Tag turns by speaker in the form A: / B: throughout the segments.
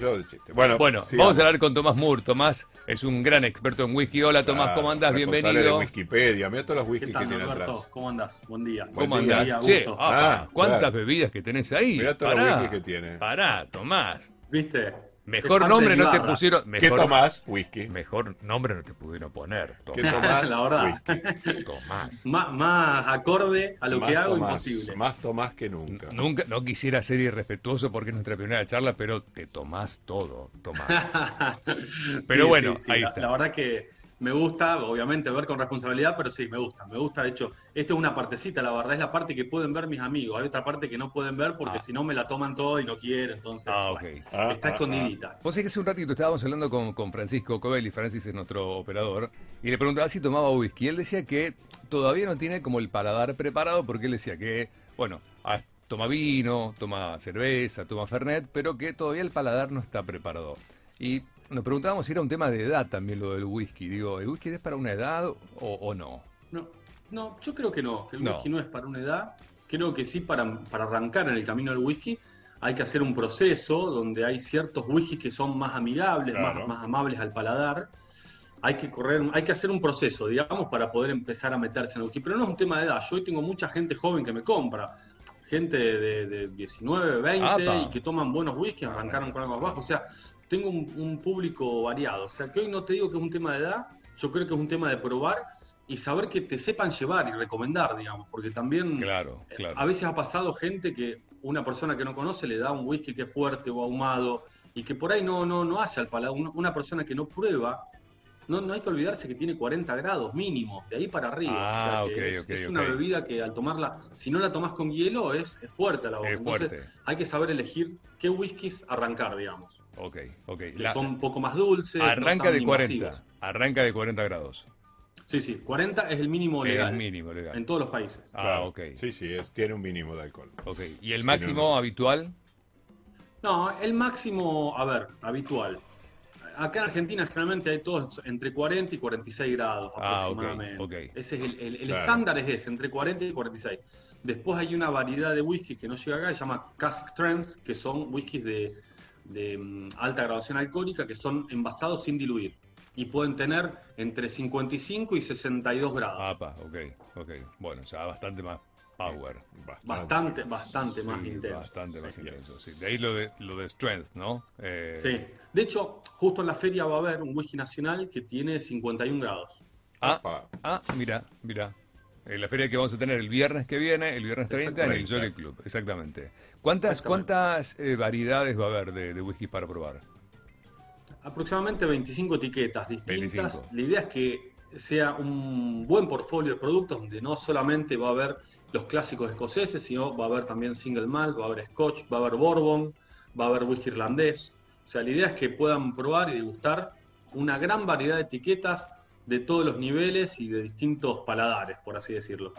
A: Yo del chiste. Bueno,
B: Bueno,
A: Ah, sí,
B: vamos a hablar con Tomás Moore. Tomás es un gran experto en whisky. Hola Tomás, ¿cómo andás?
A: responsable
B: Bienvenido.
A: Ah, de Wikipedia. Mira todos los
C: ¿Qué
A: whisky que
C: tal,
A: tienen
C: Norberto?
A: atrás.
C: ¿Cómo andás? Buen día.
B: ¿Cómo
A: Buen día,
B: andás?
C: gusto.
B: Che, apa,
A: Ah,
B: ¿cuántas
A: claro.
B: bebidas que tenés ahí?
A: Mirá todos los whisky que tiene.
B: Pará, Tomás.
C: ¿Viste?
B: Mejor
C: Es parte
B: nombre
C: de mi
B: no te
C: barra.
B: pusieron.
A: ¿Qué
B: Mejor,
A: tomás? Whisky.
B: Mejor nombre no te pudieron poner.
A: ¿Qué
B: Tomás.
A: tomás?
C: La verdad.
A: Whisky.
B: Tomás.
C: Má- más acorde a lo
A: Más
C: que hago,
A: tomás,
C: imposible.
A: Más tomás que nunca.
B: Nunca, no quisiera ser irrespetuoso porque es nuestra primera charla, pero te tomás todo, Tomás. Pero bueno, ahí
C: la,
B: está.
C: la verdad que me gusta, obviamente, ver con responsabilidad, pero sí, me gusta. Me gusta, de hecho, esto es una partecita, la verdad, es la parte que pueden ver mis amigos. Hay otra parte que no pueden ver porque
B: Ah.
C: si no me la toman todo y no quiero, entonces.
B: Ah, ok.
C: bueno,
A: Ah,
C: está
A: ah,
C: escondidita.
B: Vos sabés que hace un ratito estábamos hablando con, con Francisco Covelli, Francis es nuestro operador, y le preguntaba si tomaba whisky. Él decía que todavía no tiene como el paladar preparado, porque él decía que, bueno, ah, toma vino, toma cerveza, toma fernet, pero que todavía el paladar no está preparado. Y nos preguntábamos si era un tema de edad también lo del whisky. Digo, ¿el whisky es para una edad o, o no?
C: No, no, yo creo que no, que el
B: No.
C: whisky no es para una edad. Creo que sí, para, para arrancar en el camino del whisky, hay que hacer un proceso donde hay ciertos whiskies que son más amigables, más-
A: Claro.
C: más, amables al paladar. Hay que correr, hay que hacer un proceso, digamos, para poder empezar a meterse en el whisky. Pero no es un tema de edad. Yo hoy tengo mucha gente joven que me compra. Gente de, de 19, 20
B: ¡Apa! Ah,
C: y que toman buenos whiskies, arrancaron con algo más bajo. O sea, tengo un, un público variado. O sea, que hoy no te digo que es un tema de edad, yo creo que es un tema de probar y saber que te sepan llevar y recomendar, digamos, porque también
B: Claro,
C: eh,
B: claro.
C: a veces ha pasado gente que una persona que no conoce le da un whisky que es fuerte o ahumado y que por ahí no, no, no hace al paladar. Una, una persona que no prueba, no, no hay que olvidarse que tiene 40 grados mínimo, de ahí para arriba.
B: Ah,
C: o sea, que
B: ok,
C: es,
B: ok,
C: es una
B: ok.
C: bebida que al tomarla, si no la tomas con hielo, es, es fuerte a la boca.
B: Es fuerte.
C: Entonces hay que saber elegir qué whiskies arrancar, digamos.
B: Ok, ok.
C: Que
B: La-
C: son un poco más dulces. no
B: arranca
C: tan
B: de 40,
C: invasivos.
B: arranca de 40 grados.
C: Sí, sí, 40 es el mínimo
B: Es
C: legal.
B: el mínimo legal.
C: En todos los países.
B: ah,
A: Claro.
B: ok.
A: Sí, sí, es, tiene un mínimo de alcohol.
B: Ok, ¿y el
A: Sí,
B: máximo
A: no, no.
B: habitual?
C: No, el máximo, a ver, habitual. Acá en Argentina generalmente hay todos entre 40 y 46 grados
B: Ah, ok,
C: aproximadamente.
B: ok.
C: Ese es el, el- el
A: Claro.
C: estándar es ese, entre 40 y 46. Después hay una variedad de whisky que no llega acá, se llama cask strength, que son whiskies de, de, mm, alta graduación alcohólica que son envasados sin diluir y pueden tener entre 55 y 62 grados.
B: Apa, ok, ok. Bueno, ya bastante más power.
C: Bastante, bastante más
B: Sí,
C: intenso.
B: Bastante más
A: Sí,
B: intenso,
A: yes.
B: sí. De ahí lo de, lo de strength, ¿no? Eh,
C: Sí. De hecho, justo en la feria va a haber un whisky nacional que tiene 51 grados.
B: Ah,
A: Apa.
B: ah, mira, mira. Eh, la feria que vamos a tener el viernes que viene, el viernes 30, en el
A: Exactamente.
B: Jolly Club, exactamente. ¿Cuántas,
C: Exactamente.
B: cuántas eh, variedades va a haber de, de whisky para probar?
C: Aproximadamente 25 etiquetas distintas.
B: 25.
C: La idea es que sea un buen portfolio de productos donde no solamente va a haber los clásicos escoceses, sino va a haber también single malt, va a haber scotch, va a haber bourbon, va a haber whisky irlandés. O sea, la idea es que puedan probar y degustar una gran variedad de etiquetas de todos los niveles y de distintos paladares, por así decirlo.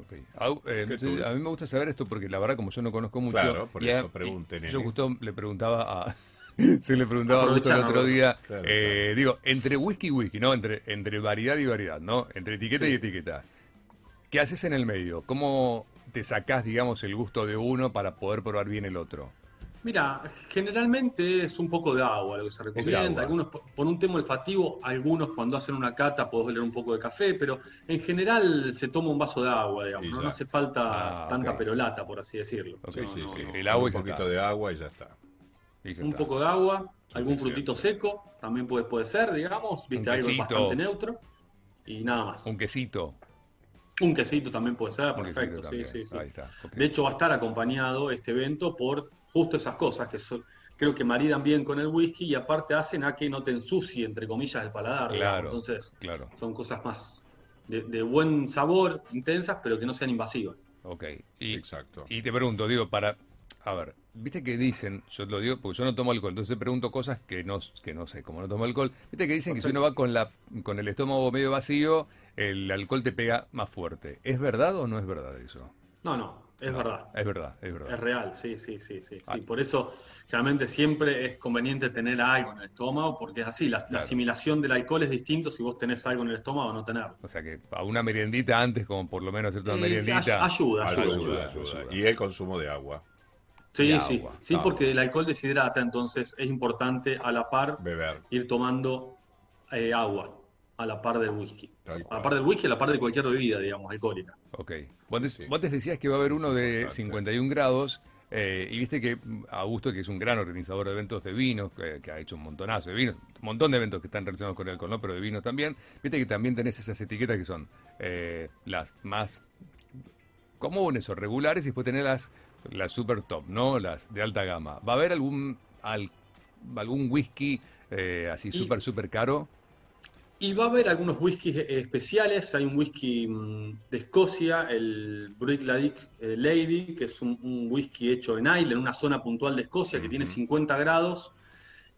B: Ok. Au, eh,
A: Qué
B: sí,
A: cool.
B: a mí me gusta saber esto porque la verdad como yo no conozco mucho.
A: Claro, por
B: y a-
A: eso pregunten,
B: y
A: ¿eh?
B: Yo justo le preguntaba a... Sí, le preguntaba a Augusto el
C: Aprovechá,
B: otro
C: ¿no?
B: día.
A: Claro,
B: eh, Digo, entre whisky y whisky, ¿no? Entre, entre variedad y variedad, ¿no? Entre etiqueta y etiqueta. ¿Qué haces en el medio? ¿Cómo te sacás, digamos, el gusto de uno para poder probar bien el otro?
C: Mira, generalmente es un poco de agua lo que se
B: agua.
C: recomienda. Algunos po- por un tema olfativo, algunos cuando hacen una cata podés oler un poco de café, pero en general se toma un vaso de agua, digamos.
A: Y
C: No,
A: ya.
C: No hace falta
B: Ah,
C: tanta
B: ok.
C: perolata, por así decirlo.
B: Ok,
A: Sí,
C: No,
A: sí,
C: no,
A: sí.
C: no.
B: El agua y
A: un
B: ya
A: poquito
B: está.
A: de agua y ya está.
B: Y ya
C: Un
B: está.
C: poco de agua, algún
A: Suficiente.
C: frutito seco, también puede, puede ser, digamos. Viste,
B: Un
C: algo
B: quesito.
C: bastante neutro. Y nada más.
B: Un quesito.
C: Un quesito también puede ser,
B: Un
C: Ah, perfecto.
B: quesito
C: sí,
B: también.
C: sí, sí.
B: Ahí está. ok.
C: De hecho, va a estar acompañado este evento por justo esas cosas que son, creo que maridan bien con el whisky y aparte hacen a que no te ensucie, entre comillas, el paladar. digamos.
B: Claro.
C: Entonces,
B: Claro.
C: son cosas más de, de buen sabor, intensas, pero que no sean invasivas.
B: Ok. Y,
A: Exacto.
B: Y te pregunto, digo, para. A ver, viste que dicen, yo lo digo porque yo no tomo alcohol, entonces pregunto cosas que no, que no sé, como no tomo alcohol. Viste que dicen que si uno va con, la, con el estómago medio vacío, el alcohol te pega más fuerte. ¿Es verdad o no es verdad eso?
C: No, no, es
B: No,
C: verdad.
B: Es verdad, es verdad.
C: Es real, sí, sí, sí, sí. sí.
B: Ah.
C: Por eso, realmente siempre es conveniente tener algo en el estómago, porque es así, la, la
B: Claro.
C: asimilación del alcohol es distinto si vos tenés algo en el estómago o no tenerlo.
B: O sea que a una meriendita antes, como por lo menos hacerte una
C: Eh, sí, ay-
B: meriendita.
C: ayuda,
A: Ayuda,
C: ayuda.
A: ayuda,
B: ayuda, ayuda.
A: Y el consumo de agua.
C: Sí,
B: de
C: sí,
B: agua,
C: sí,
B: agua.
C: porque el alcohol deshidrata, entonces es importante a la par
A: Beber.
C: ir tomando eh, agua, a la par del whisky.
A: Tal
C: A
A: cual.
C: la par del whisky, a la par de cualquier bebida, digamos, alcohólica.
B: Ok. Vos antes,
A: Sí.
B: vos antes decías que va a haber uno de
A: importante.
B: 51 grados. eh, y viste que mm, Augusto, que es un gran organizador de eventos de vinos, que, que ha hecho un montonazo de vinos, un montón de eventos que están relacionados con el alcohol, ¿no? pero de vinos también, viste que también tenés esas etiquetas que son eh, las más comunes o regulares y después tenés las, las super top, ¿no? Las de alta gama. ¿Va a haber algún, al- algún whisky eh, así súper, súper caro?
C: Y va a haber algunos whiskies eh, especiales. Hay un whisky mm, de Escocia, el Brigladik Lady, que es un, un whisky hecho en Isle, en una zona puntual de Escocia, que tiene 50 grados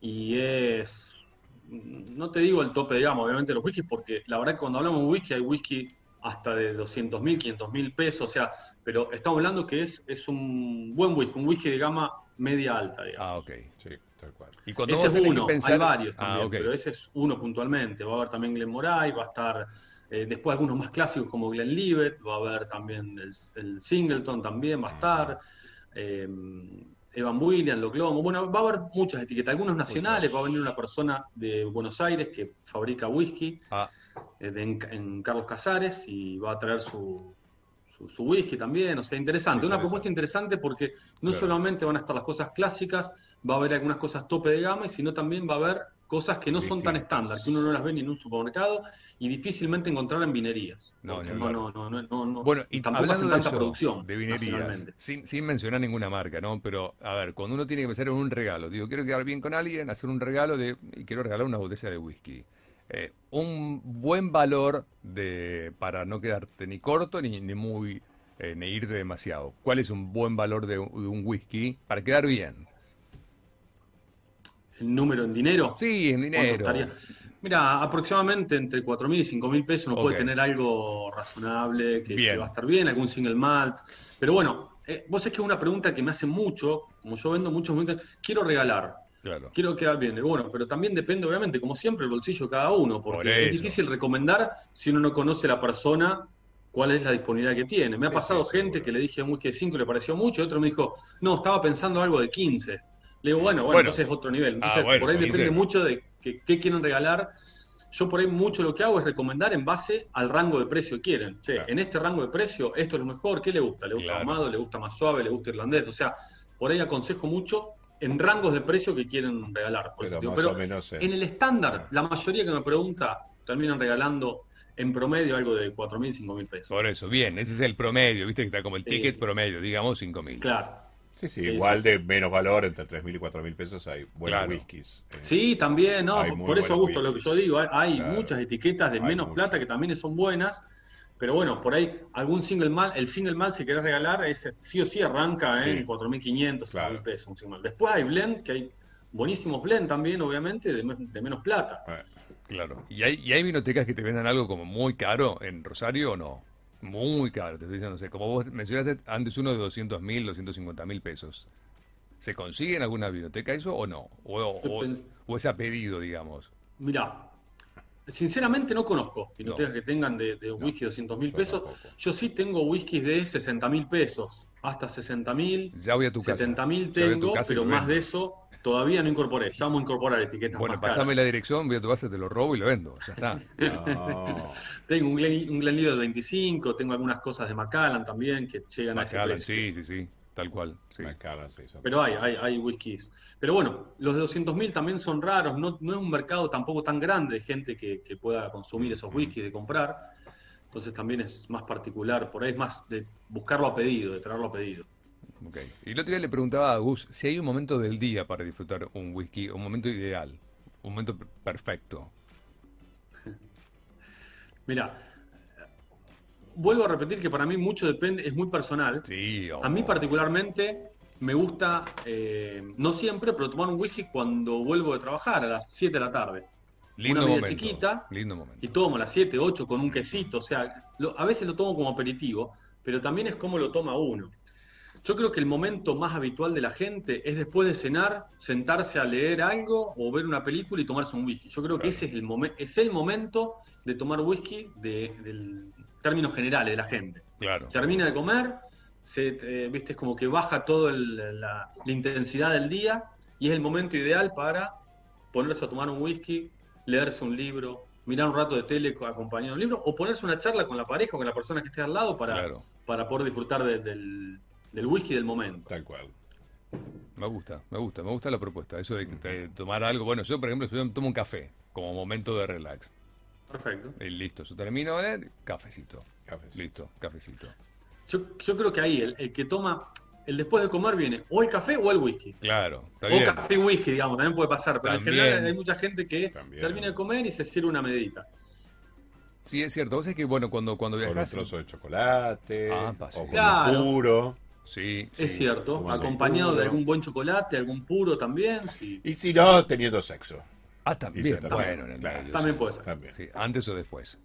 C: y es. mm, No te digo el tope, digamos, obviamente, de los whiskies, porque la verdad que cuando hablamos de whisky, hay whisky hasta de 200 mil, 500 mil pesos, o sea, pero estamos hablando que es, es un buen whisky, un whisky de gama media alta, digamos.
B: Ah, ok.
A: Sí, tal cual.
B: Y cuando
C: Ese
B: vos
C: es
B: tenés que
C: uno,
B: pensar-
C: hay varios
B: Ah,
C: también,
B: ok.
C: pero ese es uno puntualmente. Va a haber también Glen Moray, va a estar eh, después algunos más clásicos como Glen Livet, va a haber también el, el Singleton también, va a estar eh, Evan Williams, Loclomo. Bueno, va a haber muchas etiquetas, algunos nacionales, va a venir una persona de Buenos Aires que fabrica whisky
B: Ah,
C: eh, de- en, en Carlos Casares y va a traer su, su, su whisky también. O sea, interesante. Una
A: Interesante.
C: propuesta interesante porque no
A: Claro.
C: solamente van a estar las cosas clásicas, va a haber algunas cosas tope de gama, y sino también va a haber cosas que no son tan
A: Distintas.
C: estándar, que uno no las ve ni en un supermercado y difícilmente encontrar en vinerías.
B: No,
C: Porque
B: ni
C: no,
B: hablar.
C: no, no, no, no, no.
B: Bueno, y
C: tampoco
B: hablando
C: hacen
B: de
C: tanta
B: eso,
C: producción
B: de vinerías,
C: nacionalmente.
B: sin, sin mencionar ninguna marca, ¿no? Pero, a ver, cuando uno tiene que pensar en un regalo, digo, quiero quedar bien con alguien, hacer un regalo de, y quiero regalar una botella de whisky. Eh, un buen valor de para no quedarte ni corto ni, ni muy, eh, ni irte demasiado. ¿Cuál es un buen valor de, un- de un whisky para quedar bien?
C: El número en dinero.
B: Sí, en
C: ¿Cuánto
B: dinero.
C: estaría? Mira, aproximadamente entre 4.000 y 5.000 pesos uno puede
B: Ok.
C: tener algo razonable, que, que
B: Bien.
C: va a estar bien, algún single malt. Pero bueno, eh, vos es que es una pregunta que me hacen mucho, como yo vendo muchos momentos, quiero regalar,
B: Claro.
C: quiero quedar bien. Y Bueno, pero también depende, obviamente, como siempre, el bolsillo de cada uno, porque
B: Por
C: es
B: eso.
C: difícil recomendar si uno no conoce a la persona cuál es la disponibilidad que tiene. Me ha
A: Sí,
C: pasado
A: sí,
C: gente
A: seguro.
C: que le dije un whisky de 5 le pareció mucho, y otro me dijo, no, estaba pensando algo de 15. Le digo, bueno, bueno,
B: Bueno.
C: entonces es otro
B: Ah,
C: nivel. Entonces,
B: bueno,
C: por ahí
B: sí,
C: depende
B: sí.
C: mucho de que- qué quieren regalar. Yo por ahí mucho lo que hago es recomendar en base al rango de precio que quieren. Che,
A: Claro.
C: En este rango de precio, esto es lo mejor, ¿qué le gusta? ¿Le gusta
B: Claro.
C: ahumado? ¿Le gusta más suave? ¿Le gusta irlandés? O sea, por ahí aconsejo mucho en rangos de precio que quieren regalar. por
A: Pero
C: eso digo,
A: más
C: pero
A: o menos en- Ah.
C: en el estándar, la mayoría que me pregunta terminan regalando en promedio algo de 4.000, 5.000 pesos.
B: Por eso, bien, ese es el promedio, viste que está como el
C: Sí,
B: ticket
C: sí.
B: promedio, digamos 5.000. mil.
C: Claro.
A: Sí, sí,
C: Sí,
A: igual de menos valor, entre 3.000 y 4.000 pesos hay buenos
B: Claro.
A: whiskies. eh,
C: Sí, también, ¿no?
A: Hay
C: Por-
A: muy
C: Por eso,
A: buenos
C: Augusto, lo que yo
A: whiskies.
C: digo, hay, hay
A: Claro.
C: muchas etiquetas de
A: Hay
C: menos
A: muchas.
C: plata que también son buenas, pero bueno, por ahí algún single mal, el single mal si querés regalar, es, sí o sí arranca ¿eh?
A: Sí.
C: en 4.500, 5.000
A: Claro.
C: pesos un single mal. Después hay blend, que hay buenísimos blend también, obviamente, de, me- de menos plata.
A: eh,
B: Claro. ¿Y hay, ¿Y hay vinotecas que te vendan algo como muy caro en Rosario o no? Muy caro, te estoy diciendo. no sé, como vos mencionaste antes uno de 200 mil, 250 mil pesos. ¿Se consigue en alguna biblioteca eso o no? O, o-
C: Depende.
B: o es a pedido, digamos.
C: Mirá, sinceramente no conozco vinotecas que tengan de, de whisky 200 mil
A: yo
C: pesos.
A: tampoco.
C: Yo sí tengo whiskies de 60 mil pesos, hasta 60 mil.
B: Ya voy a tu casa.
C: 70.000
B: Ya voy a tu
C: tengo,
B: casa y
C: pero
B: lo
C: más
B: vendo.
C: de eso todavía no incorporé. Ya vamos a incorporar etiquetas
B: Bueno,
C: más
B: pasame
C: caras.
B: la dirección, voy a tu casa, te lo robo y lo vendo. Ya está.
A: eh, no.
C: Tengo un Glen, un Glenlivet de 25, tengo algunas cosas de Macallan también que llegan a
B: Macallan,
C: ese precio.
B: sí, sí, sí. Tal cual. Sí.
A: Macallan, sí, son-
C: Pero hay, hay, hay whiskies. Pero bueno, los de 200.000 también son raros. No, no es un mercado tampoco tan grande de gente que, que pueda consumir esos whiskies, de comprar. Entonces también es más particular. Por ahí es más de buscarlo a pedido, de traerlo a pedido.
B: Ok. Y el otro día le preguntaba a Gus si hay un momento del día para disfrutar un whisky, un momento ideal, un momento per- perfecto.
C: Mira, vuelvo a repetir que para mí mucho depende, es muy personal.
B: Sí,
C: A mí
B: oh.
C: particularmente me gusta, eh, no siempre, pero tomar un whisky cuando vuelvo de trabajar a las 7 de la tarde.
B: Lindo
C: una bebida
B: momento,
C: chiquita
B: Lindo momento.
C: Y tomo a las 7, 8 con un quesito, o sea, lo- a veces lo tomo como aperitivo, pero también es como lo toma uno. Yo creo que el momento más habitual de la gente es después de cenar, sentarse a leer algo o ver una película y tomarse un whisky. Yo creo que
A: Claro.
C: ese es el, momen- es el momento de tomar whisky de, del términos generales de la gente.
B: Claro.
C: Termina de comer, se, eh, viste, es como que baja toda la, la intensidad del día y es el momento ideal para ponerse a tomar un whisky, leerse un libro, mirar un rato de tele co- acompañado de un libro o ponerse una charla con la pareja o con la persona que esté al lado para,
B: Claro.
C: para poder disfrutar de- del, del whisky del momento.
A: Tal cual.
B: Me gusta, me gusta, me gusta la propuesta. Eso de que te- tomar algo. Bueno, yo, por ejemplo, yo tomo un café como momento de relax.
C: Perfecto.
B: Y listo, yo termino de cafecito.
A: Cafecito.
B: Listo, cafecito.
C: Yo, yo creo que ahí el, el que toma, el después de comer viene o el café o el whisky.
B: Claro, está
C: O
B: bien.
C: café y whisky, digamos, también puede pasar, pero
B: También.
C: en general hay mucha gente que
A: También.
C: termina de comer y se sirve una medita.
B: Sí, es cierto. Vos sabés que, bueno, cuando, cuando
A: Con un
B: viajas.
A: trozo de chocolate,
B: Ah,
A: o
B: pase.
A: con un
C: Claro.
A: puro.
B: Sí,
C: es
B: sí.
C: cierto,
A: como
C: acompañado
A: seguro.
C: de algún buen chocolate, algún puro también, sí.
A: Y si no, teniendo sexo.
B: Ah, también.
A: también.
B: Bueno, en el
A: Claro.
B: medio.
C: también
B: sí.
C: puede ser.
A: También.
B: Sí, antes o después.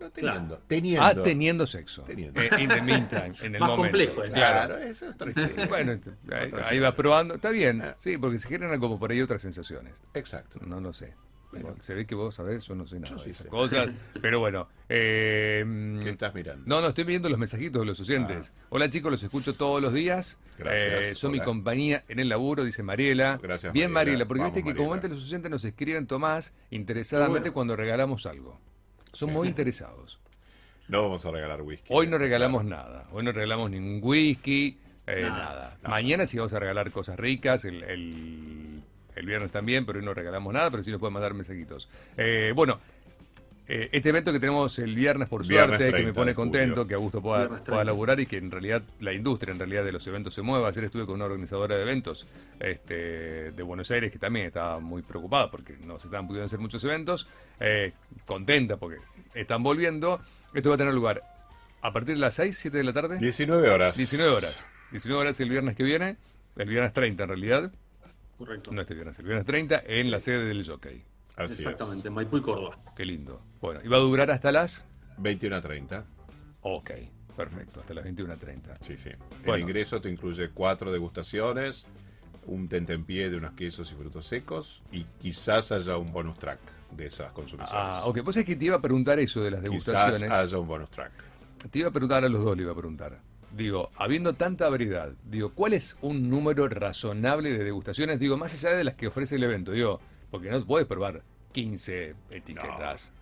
A: No teniendo.
C: Claro.
A: Teniendo.
B: Ah, teniendo sexo.
A: Teniendo.
B: Eh, in the meantime, en el
C: Más
B: momento.
C: complejo eh. es.
B: Claro.
A: Claro, eso es
B: Sí,
A: tranquilo.
B: bueno, este, ahí, ahí vas probando. Está bien,
A: Ah.
B: sí, porque se generan como por ahí otras sensaciones.
A: Exacto.
B: No lo sé. Bueno, se ve que vos sabés, yo no sé nada
A: Yo
B: de
A: sí
B: esas
A: sé.
B: cosas. Pero bueno, eh,
A: ¿Qué estás mirando?
B: no, no, estoy viendo los mensajitos de los oyentes. Hola chicos, los escucho todos los días.
A: Gracias,
B: Eh, son mi
A: hola.
B: compañía en el laburo, dice Mariela.
A: Gracias,
B: Bien, Mariela,
A: Mariela.
B: porque
A: Vamos,
B: viste que como
A: Mariela.
B: antes los oyentes nos escriben, Tomás, interesadamente
C: Bueno.
B: cuando regalamos algo. Son muy interesados.
A: No vamos a regalar whisky.
B: Hoy no regalamos nada. Hoy no regalamos ningún whisky, eh, nada.
C: Nada.
B: Mañana sí vamos a regalar cosas ricas. El, el- el viernes también, pero hoy no regalamos nada. Pero sí nos pueden mandar mensajitos. Eh, bueno, eh, este evento que tenemos el viernes, por
A: Viernes
B: suerte, que me
A: 30
B: pone
A: de julio.
B: contento, que Augusto pueda,
C: Viernes
B: pueda
C: 30.
B: laburar y que en realidad la industria en realidad de los eventos se mueva. Ayer estuve con una organizadora de eventos este, de Buenos Aires que también estaba muy preocupada porque no se estaban pudiendo hacer muchos eventos. eh, contenta porque están volviendo. Esto va a tener lugar a partir de las 6, 7 de la tarde.
A: 19 horas.
B: 19 horas. 19 horas el viernes que viene. El viernes 30 en realidad.
C: Correcto.
B: No este viernes, el viernes 30 en la sede del Jockey.
A: Así es.
C: Exactamente, Maipú y Córdoba.
B: Qué lindo. Bueno, y va a durar hasta las
A: 21 a 30.
B: Ok, perfecto, hasta las 21.30.
A: Sí, sí.
B: Bueno.
A: El ingreso te incluye cuatro degustaciones, un tentempié de unos quesos y frutos secos y quizás haya un bonus track de esas consumiciones.
B: Ah, ok, pues es que te iba a preguntar eso de las
A: Quizás
B: degustaciones.
A: haya un bonus track.
B: Te iba a preguntar a los dos, le iba a preguntar. Digo, habiendo tanta variedad, digo, ¿cuál es un número razonable de degustaciones? Digo, más allá de las que ofrece el evento, digo, porque no puedes probar 15 etiquetas.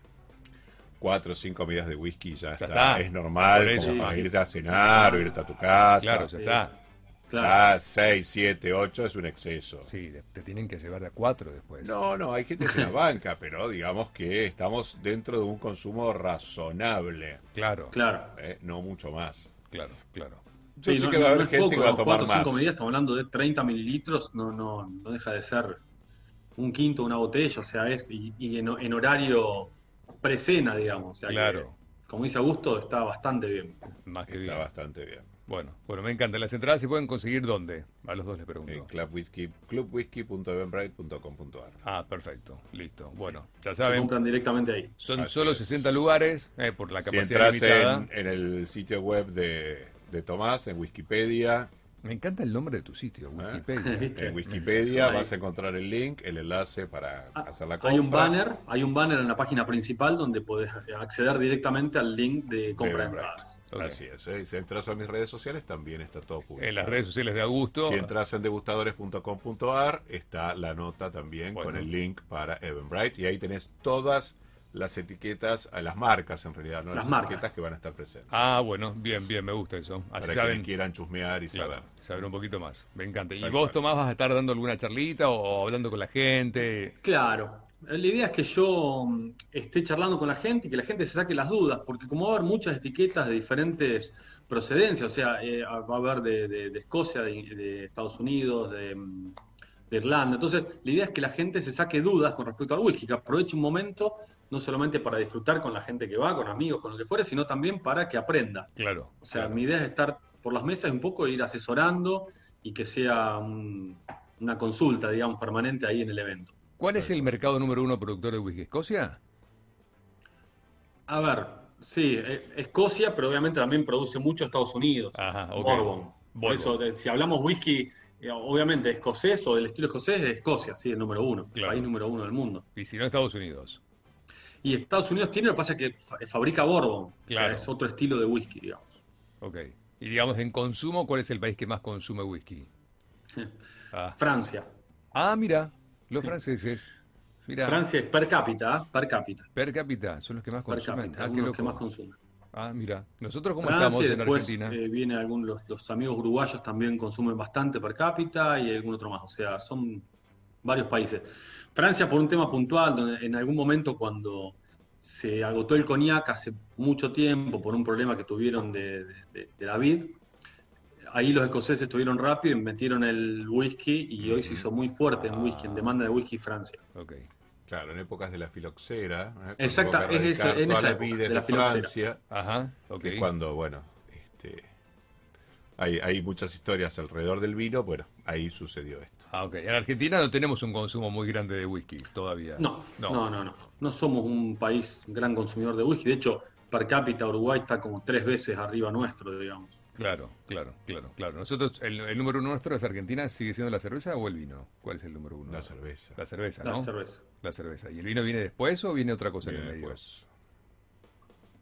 A: Cuatro o cinco medidas de whisky y ya, está.
B: está.
A: Es normal
B: Por eso,
A: como
B: sí,
A: para
C: sí.
A: irte a cenar o irte a tu casa.
B: claro, ya
C: sí.
B: está.
C: Claro.
A: Ya seis, siete, ocho es un exceso.
B: Sí, de- te tienen que llevar de a cuatro después.
A: No, no, hay gente que se la banca, pero digamos que estamos dentro de un consumo razonable,
B: Claro, claro,
C: Claro.
A: ¿eh? no mucho más.
B: claro.
A: Yo
C: Sí,
A: sé
C: no-
A: que va a
C: no-
A: haber
C: no es
A: gente
C: poco,
A: que va a
C: ¿no?
A: tomar
C: Cuatro o
A: más.
C: cinco medidas, estamos hablando de 30 mililitros, no, no, no deja de ser un quinto, una botella, o sea, es y, y en, en horario presena, digamos. o sea que,
B: Claro.
C: como dice Augusto, está bastante bien.
B: Más que
A: Está
B: bien.
A: bastante bien.
B: Bueno, bueno, me encanta. Las entradas se pueden conseguir dónde? A los dos les pregunto.
A: Eh, Club Whisky- clubwhisky.eventbrite.com.ar.
B: Ah, perfecto, listo. Bueno, ya
C: Se
B: saben,
C: compran directamente ahí.
B: son
A: Así
B: solo
A: es.
B: 60 lugares eh, por la
A: Si
B: capacidad
A: entras
B: limitada.
A: en, en el sitio web de, de Tomás, en Wikipedia,
B: Me encanta el nombre de tu sitio,
A: Ah.
B: Wikipedia.
C: ¿Viste?
A: en Wikipedia
C: Ahí.
A: vas a encontrar el link, el enlace para
C: Ah,
A: hacer la compra.
C: Hay un banner, hay un banner en la página principal donde podés acceder directamente al link de
A: de
C: compra de
A: Eventbrite.
C: entradas.
B: Ok.
A: Así es. eh. Si entras a mis redes sociales, también está todo publicado.
B: en las redes sociales de Augusto.
A: Si entras en degustadores.com.ar está la nota también
B: Bueno.
A: con el link para Eventbrite y ahí tenés todas las etiquetas, a las marcas en realidad, no
C: Las
A: las,
C: marcas.
A: etiquetas que van a estar presentes.
B: Ah, bueno, bien, bien, me gusta eso. Así
A: para
B: saben,
A: quienes quieran chusmear y
B: Ah, claro,
A: saber.
B: saber un poquito más. Me encanta. ¿Y
A: Tal
B: vos,
A: cual.
B: Tomás, vas a estar dando alguna charlita o hablando con la gente?
C: Claro. La idea es que yo mm, esté charlando con la gente y que la gente se saque las dudas, porque como va a haber muchas etiquetas de diferentes procedencias, o sea, eh, va a haber de, de- de Escocia, de, de Estados Unidos, de, mm, de Irlanda. Entonces, la idea es que la gente se saque dudas con respecto al whisky, que aproveche un momento, no solamente para disfrutar con la gente que va, con amigos, con lo que fuere, sino también para que aprenda.
B: Claro.
C: O sea,
B: claro.
C: mi idea es estar por las mesas un poco, ir asesorando y que sea un- una consulta, digamos, permanente ahí en el evento.
B: ¿Cuál es el mercado número uno productor de whisky? ¿Escocia?
C: A ver, sí, eh, Escocia, pero obviamente también produce mucho Estados Unidos.
B: Ajá, Ah, ok.
C: Bourbon. Por
B: Bourbon.
C: eso, de- si hablamos whisky, eh, obviamente escocés o del estilo escocés, es Escocia, sí, el número uno,
B: Claro.
C: país número uno del mundo.
B: Y si no, Estados Unidos.
C: Y Estados Unidos tiene, lo que pasa es que fa- fabrica Bourbon, o sea,
B: Claro.
C: es otro estilo de whisky, digamos.
B: Ok. Y digamos, en consumo, ¿cuál es el país que más consume whisky? Ah,
C: Francia.
B: Ah, mira, los franceses. Mira,
C: Francia es per cápita, ¿ah? per cápita.
B: per cápita, son los que más
C: Per
B: consumen. ah,
C: cápita,
B: qué
C: algunos que
B: loco.
C: más consumen.
B: Ah, mira. Nosotros como
C: Francia,
B: estamos en
C: Ah, después
B: Argentina.
C: eh, viene algún, los, los amigos uruguayos también consumen bastante per cápita y algún otro más. O sea, son varios países. Francia por un tema puntual, donde en algún momento cuando se agotó el coñac hace mucho tiempo por un problema que tuvieron de, de- de- de la vid, ahí los escoceses estuvieron rápido y metieron el whisky y hoy se hizo muy fuerte en whisky,
B: Ah.
C: en demanda de whisky Francia.
B: Ok.
A: Claro, en épocas de la filoxera. ¿eh? Cuando
C: Exacta,
A: hubo que
C: es ese-
A: erradicar
C: en
A: todas
C: esa
A: las
C: época,
A: vides
C: de
A: de,
C: la filoxera.
A: Francia.
B: Ajá, ok.
A: que es cuando, bueno, este, hay, hay muchas historias alrededor del vino, bueno, ahí sucedió esto.
B: Ah, ok. En Argentina no tenemos un consumo muy grande de whisky todavía.
C: No, no, no, no, no. somos un país gran consumidor de whisky. De hecho, per cápita Uruguay está como tres veces arriba nuestro, digamos.
B: Claro, claro, claro, claro. Nosotros, el, el número uno nuestro es Argentina, ¿sigue siendo la cerveza o el vino? ¿Cuál es el número uno?
A: La cerveza.
B: La cerveza,
C: La
B: Ah, ¿no?
C: cerveza.
B: La cerveza. ¿Y el vino viene después o viene otra cosa en
A: Bien,
B: el medio?
A: pues,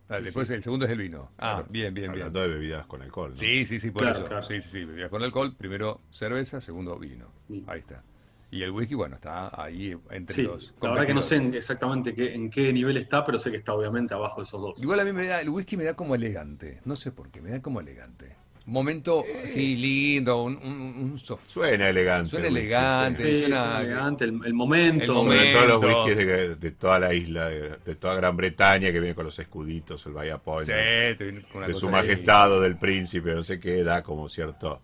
B: Ah, después el segundo es el vino. Ah,
A: Claro.
B: bien, bien, bien.
A: hablando de bebidas con alcohol. ¿no?
B: Sí, sí, sí, por
C: Claro,
B: eso.
C: claro.
B: Sí, sí, sí. Bebidas con alcohol, primero cerveza, segundo vino.
C: Sí.
B: Ahí está. Y el whisky, bueno, está ahí entre
C: Sí,
B: los.
C: la verdad que no sé
B: competidores.
C: en- exactamente qué- en qué nivel está, pero sé que está obviamente abajo de esos dos.
B: Igual a mí me da, el whisky me da como elegante. No sé por qué, me da como elegante. Un momento así lindo, un, un, un soft.
A: Suena elegante.
B: Suena
A: whisky,
B: elegante.
A: sí.
C: Sí,
B: suena-
C: es elegante, el, el momento.
B: El
A: Sobre todo los
B: Momento.
A: whiskies de, de toda la isla, de, de toda Gran Bretaña, que viene con los escuditos, el Bahía Point,
B: Sí,
A: de
B: te viene con una
A: su
B: cosa así.
A: majestad o del príncipe, no sé qué, da como cierto...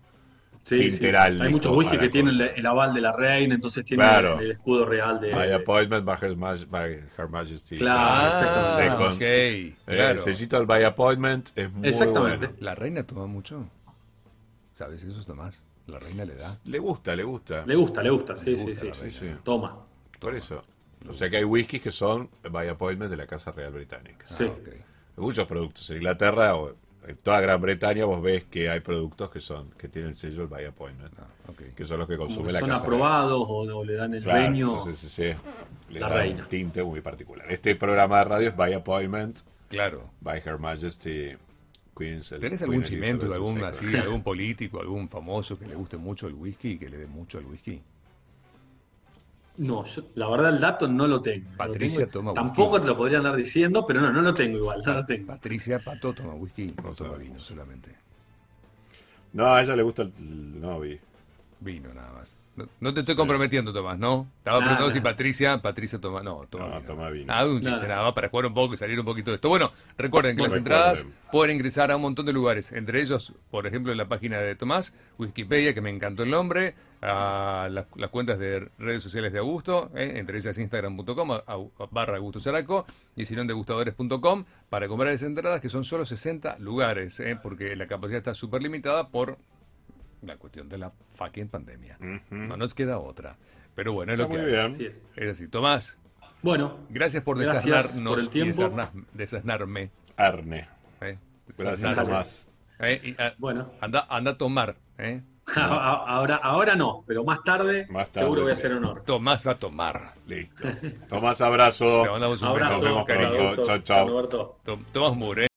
C: Sí, sí.
A: Tinteral,
C: Hay muchos
A: Nico,
C: whisky
A: para
C: que
A: la
C: tienen el,
A: cosa.
C: el aval de la reina, entonces tienen
A: Claro.
C: el escudo real de.
A: By
C: de-
A: appointment by Her, Maj- by Her Majesty.
C: Claro,
A: Sí,
B: Ah,
A: con-
B: ok.
A: eh,
B: claro.
A: El sellito del by appointment es muy
C: Exactamente.
A: bueno.
B: La reina toma mucho. ¿Sabes eso, Tomás? La reina le da. Ah,
A: Le gusta, le gusta.
C: Le gusta, le gusta, sí,
B: Le gusta
C: sí,
B: la
C: sí.
A: Sí, sí.
C: Toma.
A: Por eso. O sea que hay whiskies que son by appointment de la Casa Real Británica.
B: Ah,
C: Sí.
B: ok.
A: Muchos productos. En Inglaterra o en toda Gran Bretaña vos ves que hay productos que son que tienen el sello del by appointment.
B: Ah, ok.
A: Que son los que
C: Como
A: consume
C: que
A: la
C: son
A: Casa Real.
C: aprobados o, o le dan el
A: Claro,
C: dueño.
A: entonces ese le
C: La
A: da
C: reina.
A: un tinte muy particular. Este programa de radio es by appointment
B: Claro.
A: by Her Majesty Queen's.
B: ¿Tenés algún chimento de algún, así, algún político, algún famoso que le guste mucho el whisky y que le dé mucho el whisky?
C: No, yo- la verdad el dato no lo tengo. No lo
B: Patricia
C: tengo.
B: toma
C: Tampoco
B: whisky.
C: te lo podría andar diciendo, pero no, no lo tengo igual, no lo tengo.
B: Patricia Pato toma whisky, no toma
A: sabemos.
B: vino solamente.
A: No, a ella le gusta el novi.
B: Vino nada más. No, no te estoy comprometiendo, Tomás, ¿no? Estaba
C: Nada.
B: preguntando si Patricia, Patricia toma, no, toma
A: No,
B: vino.
A: toma vino.
B: Ah, un chiste
C: Nada.
B: nada más para jugar un poco y salir un poquito de esto. Bueno, recuerden que
A: Bueno,
B: las entradas
A: recuerden.
B: pueden ingresar a un montón de lugares, entre ellos, por ejemplo, la página de Tomás, Wikipedia, que me encantó el nombre, a las, las cuentas de redes sociales de Augusto, eh, entre ellas instagram.com a- a- barra Augusto Saraco y si no, degustadores.com para comprar esas entradas que son solo 60 lugares, eh, porque la capacidad está súper limitada por la cuestión de la fucking pandemia. No nos queda otra. Pero bueno, es
A: Está
B: lo que
A: muy
B: hay.
A: bien.
C: Así es.
B: Es así. Tomás,
C: Bueno,
B: gracias por
C: Gracias
B: desasnarnos
C: por el
B: y
C: tiempo.
B: desasnar- desasnarme.
A: Arne.
B: ¿eh?
A: Gracias,
B: Desasnarme.
A: Tomás.
B: Eh, y, ah,
C: bueno.
B: Anda, anda a tomar. ¿eh?
C: A- a- ahora, ahora no, pero más tarde,
A: Más tarde,
C: seguro voy a
A: sí.
C: hacer honor.
B: Tomás va a tomar.
A: Listo. Tomás, abrazo.
B: Te mandamos un
A: Nos
C: Abrazo,
A: vemos pronto.
B: beso, cariño.
C: Adolfo,
A: Chau, chau.
C: Roberto.
B: Tom- Tomás Moore.